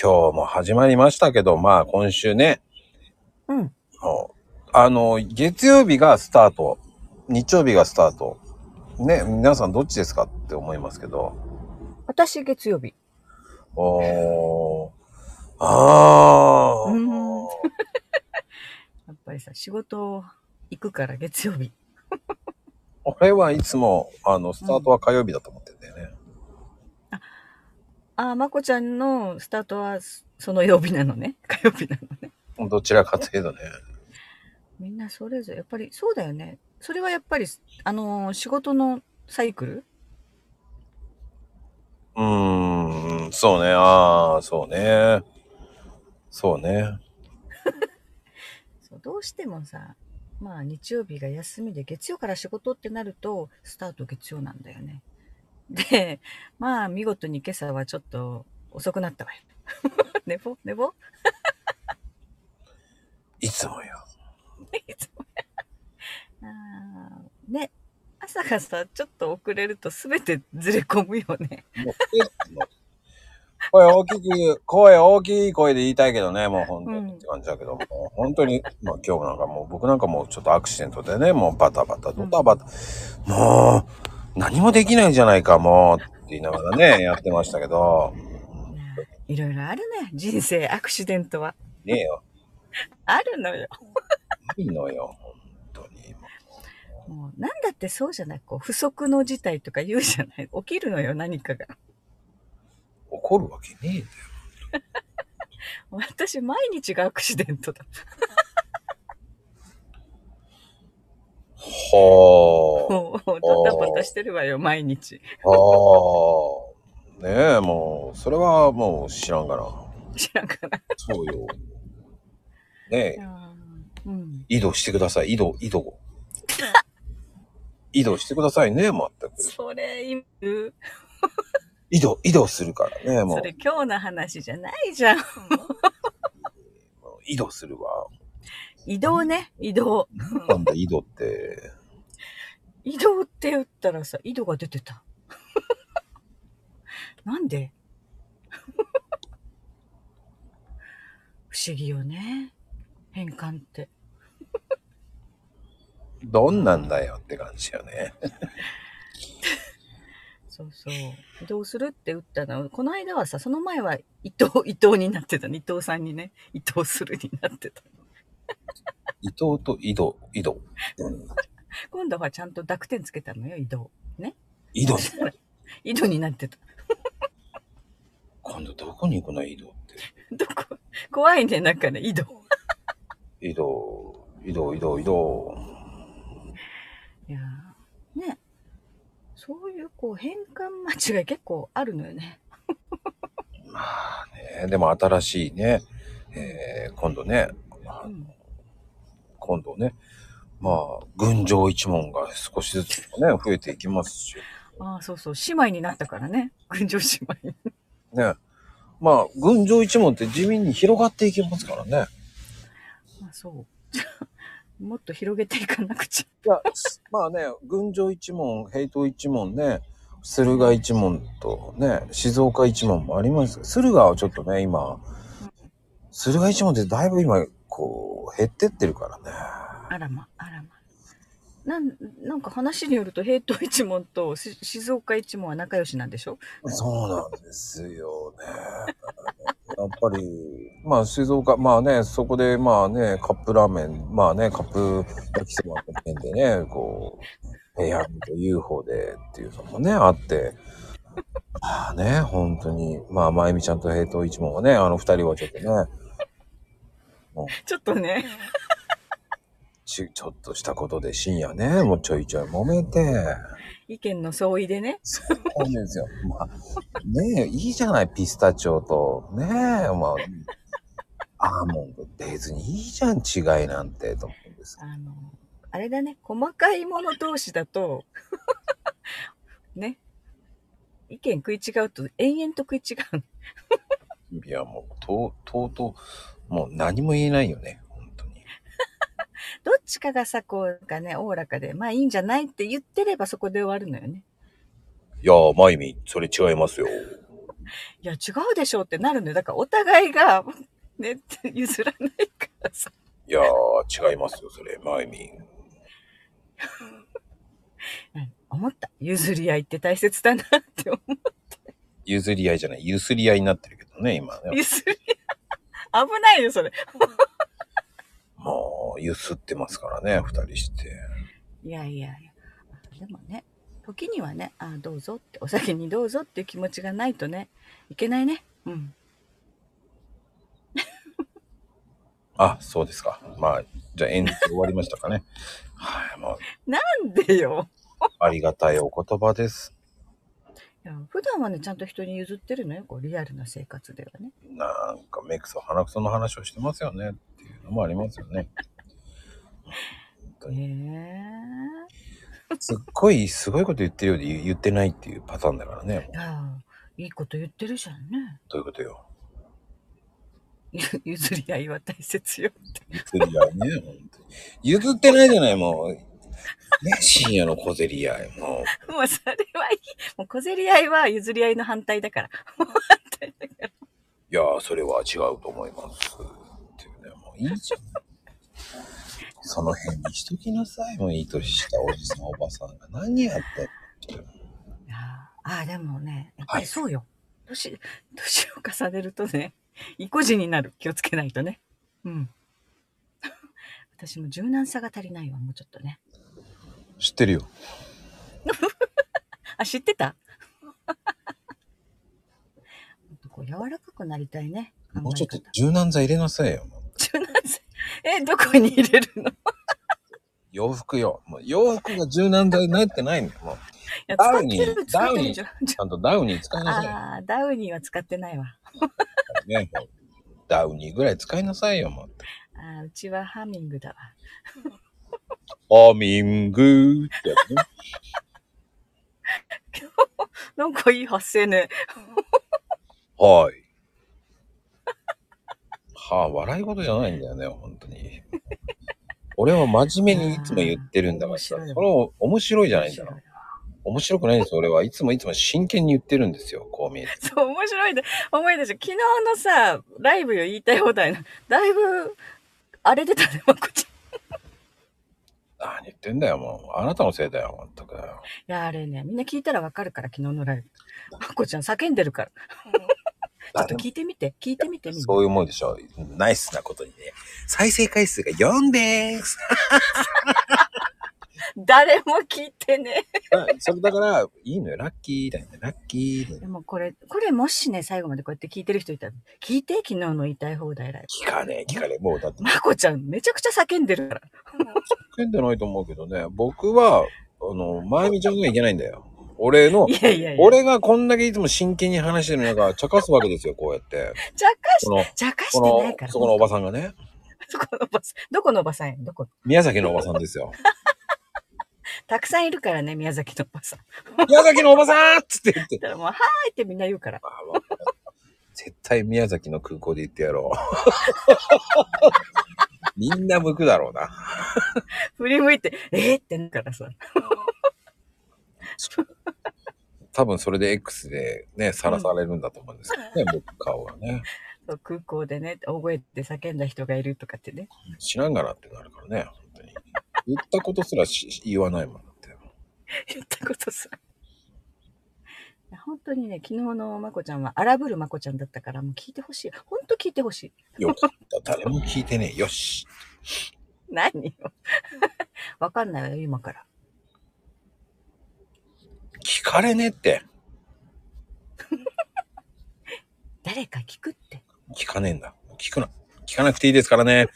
今日も始まりましたけど、まあ今週ね、うん。もうあの、月曜日がスタート、日曜日がスタート。ね、皆さんどっちですかって思いますけど。私、月曜日。おー。あー。うーんやっぱりさ、仕事行くから月曜日。俺はいつも、あの、スタートは火曜日だと思ってんだよね。ああ、まこちゃんのスタートはそその曜日なの ね。火曜日なのね。どちらかというとね。みんなそれぞれ、やっぱりそうだよね。それはやっぱり、あのー仕事のサイクルうーん、そうね。ああ、そうね。そうね。そうどうしてもさ、まあ日曜日が休みで月曜から仕事ってなると、スタート月曜なんだよね。で、まあ見事に今朝はちょっと遅くなったわよ。 寝坊寝坊いつもよ。あーね朝がさちょっと遅れると全てずれ込むよね もう来てるの声大きく、声大きい声で言いたいけどね、もう本当にって感じだけど、もう本当に、まあ今日なんかもう僕なんかもうちょっとアクシデントでね、もうバタバタ、ドタバタ、もう何もできないじゃないか、もうって言いながらね、やってましたけど、いろいろあるね人生アクシデントはねえよ、あるのよいいのよ、本当に。もうなんだってそうじゃないこう不測の事態とか言うじゃない起きるのよ何かが怒るわけねえんだよ。私毎日がアクシデントだはあ。もうドタバタしてるわよ毎日ああ、ねえ、もう、それはもう知らんがな。知らんかなそうよ。ねえ、うん移動してください、移動、移動。 移動してくださいね、まったく。それ今言う移動、移動するからね、もそうれ。今日の話じゃないじゃんもう移動するわ。移動ね移動なんだ、移動って。移動って打ったらさ、井戸が出てた。なんで不思議よね。変換って。どんなんだよって感じよね。そうそう。移動するって打ったの。この間はさ、その前は伊藤、 伊藤になってたね。伊藤さんにね、伊藤するになってた。移動と移動、移動。うん今度はちゃんと濁点つけたのよ、移動。移動。井戸になってた。今度どこに行くの、移動って。どこ怖いね、なんかね、井戸。移動、移動、移動、移動。いやーね。そういうこう変換間違い結構あるのよね。まあね、でも新しいね、えー今度ね、あうん今度ね、まあ、群青一門が少しずつね、増えていきますし、ああ、そうそう、姉妹になったからね。群青姉妹。ね、まあ、群青一門って地味に広がっていきますからね。まあそう。 もっと広げていかなくちいや、 まあね、群青一門、平等一門ね、駿河一門とね、静岡一門もあります。駿河はちょっとね、今、駿河一門ってだいぶ今、こう、減ってってるからね。ゃ。あらま、あらま。なん、なんか話によると、平等一門とし静岡一門は仲良しなんでしょそうなんですよね。やっぱり、まあ静岡、まあね、そこでまあね、カップラーメン、まあね、カップ焼きそばの店でね、こう、ペヤングと UFO でっていうのもね、あって、まあね、本当に、まあ、まゆみちゃんと平等一門はね、あの二人はちょっとね、ちょっとね、ちちょっとしたことで深夜ね、もうちょいちょい揉めて、意見の相違でね。そうなんですよ。まあ、ねえ、いいじゃない、ピスタチオと。ねえ、まあ、アーモンド。別にいいじゃん、違いなんて、と思うんですよ。あの、あれだね、細かいもの同士だと、 ね、意見食い違うと、延々と食い違う。いや、もう、とう、とうとう、もう何も言えないよね、本当に。どっちかがさ、こう、なんかね、おおらかで、まあいいんじゃないって言ってればそこで終わるのよね。いや、まゆみ、それ違いますよ。いいや、違うでしょうってなるんだよ。だからお互いが、 ね、って譲らないからさ。いやー、違いますよ、それ、マイミン。うん思った。譲り合いって大切だなって思う。譲り合いじゃない、ゆすり合いになってるけどね、今ね。譲り合い。 危ないよ、それ。もう、ゆすってますからね、二人して。いやいやいや。でもね、時にはね、あどうぞって、お酒にどうぞっていう気持ちがないとね、いけないね。うん。あ、そうですか。まあ、じゃあ演説終わりましたかね。はい、もなんでよ。う、ありがたいお言葉です。いや普段はね、ちゃんと人に譲ってるのよ。こう、リアルな生活ではね。なんか、目くそ鼻くその話をしてますよね、っていうのもありますよね。ねすっごい、すごいこと言ってるようで言言ってないっていうパターンだからねえ。い。や、いいこと言ってるじゃんね。 どういうことよ。ゆ譲り合いは大切よ。ゆすり合いね、ほんとに譲ってないじゃない、もう。ね、深夜の小競り合い、もう。 もうそれはいい。もう小競り合いは譲り合いの反対だから。いやー、それは違うと思います。っていうね、もういいじゃん。その辺にしときなさい。もういい年したおじさん、おばさんが何やってんのいやーあー、でもね、やっぱはいりそうよ。年、年を重ねるとね、意固地になる。気をつけないとね。うん。 私も柔軟さが足りないわ、もうちょっとね。知ってるよ。あ、知って たもっとこう柔らかくなりたいね。考え方もうちょっと柔軟剤入れなさいよ。もう柔軟さ。え、どこに入れるのい洋服よ。もう洋服が柔軟剤になってないんだよ。もうやダ使ウっニてーる、使ってるじゃん。 ちゃんとダウニー使いなさいよああー、ダウニーは使ってないわ。。ね、もうダウニーぐらい使いなさいよ。もうあーうちはハミングだわ。アーミングーってやつね。 なんかいい発声ね。はい。はあ、笑い事じゃないんだよね、本当に。俺は真面目にいつも言ってるんだからさ、あー面白いそれを面白いじゃないんだよ。面白くないんですよ、俺はいつもいつも真剣に言ってるんですよ、こう見えて。そう、面白いで、思い出した。昨日のさ、ライブよ、言いたい放題の。だいぶ、荒れてたね、まこちゃん。い何言ってんだよ、もう。あなたのせいだよ、まったくだよ。や、あれね、みんな聞いたらわかるから、昨日のライブ。まこちゃん叫んでるから。ちょっと聞いてみて、聞いてみてみんなそういう思いでしょ。ナイスなことにね。再生回数が4です。誰も聞いてね。あそれだから、いいのよ、ラッキーだよね、ラッキーだよねでもこれ、これもしね、最後までこうやって聞いてる人いたら、聞いて、昨日の言いたい放題ライブ。聞かねえ、聞かねえ。もうだってまこちゃん、めちゃくちゃ叫んでるから。叫んでないと思うけどね、僕は、あの、まゆみちゃんがいけないんだよ。俺のい、やいやいや。俺がこんだけいつも真剣に話してる中、茶化すわけですよ、こうやって。ちゃかしこの、ちゃかしてこないかの、ら。そこのおばさんがね、そこのおばさん。どこのおばさんやどこ宮崎のおばさんですよ。たくさんいるからね、宮崎のおばさん。宮崎のおばさんっつって言って。だからもう、はーいってみんな言うから。 あわかった絶対宮崎の空港で言ってやろ う。みんな向くだろうな。振り向いて、えー、ってなるからさ。多分それで X でね、さらされるんだと思うんですけどね、僕顔がね。そう空港でね、大声で叫んだ人がいるとかってね。 知らんがなってなるからね、本当に。言ったことすらし言わないもんだって。言ったことさ。本当にね、昨日のまこちゃんは荒ぶるまこちゃんだったから、もう聞いてほしい。本当聞いてほしい。よかった。誰も聞いてねえ。よし。何よ。 わかんないわよ、今から。聞かれねえって。誰か聞くって。聞かねえんだ。聞くな。聞かなくていいですからね。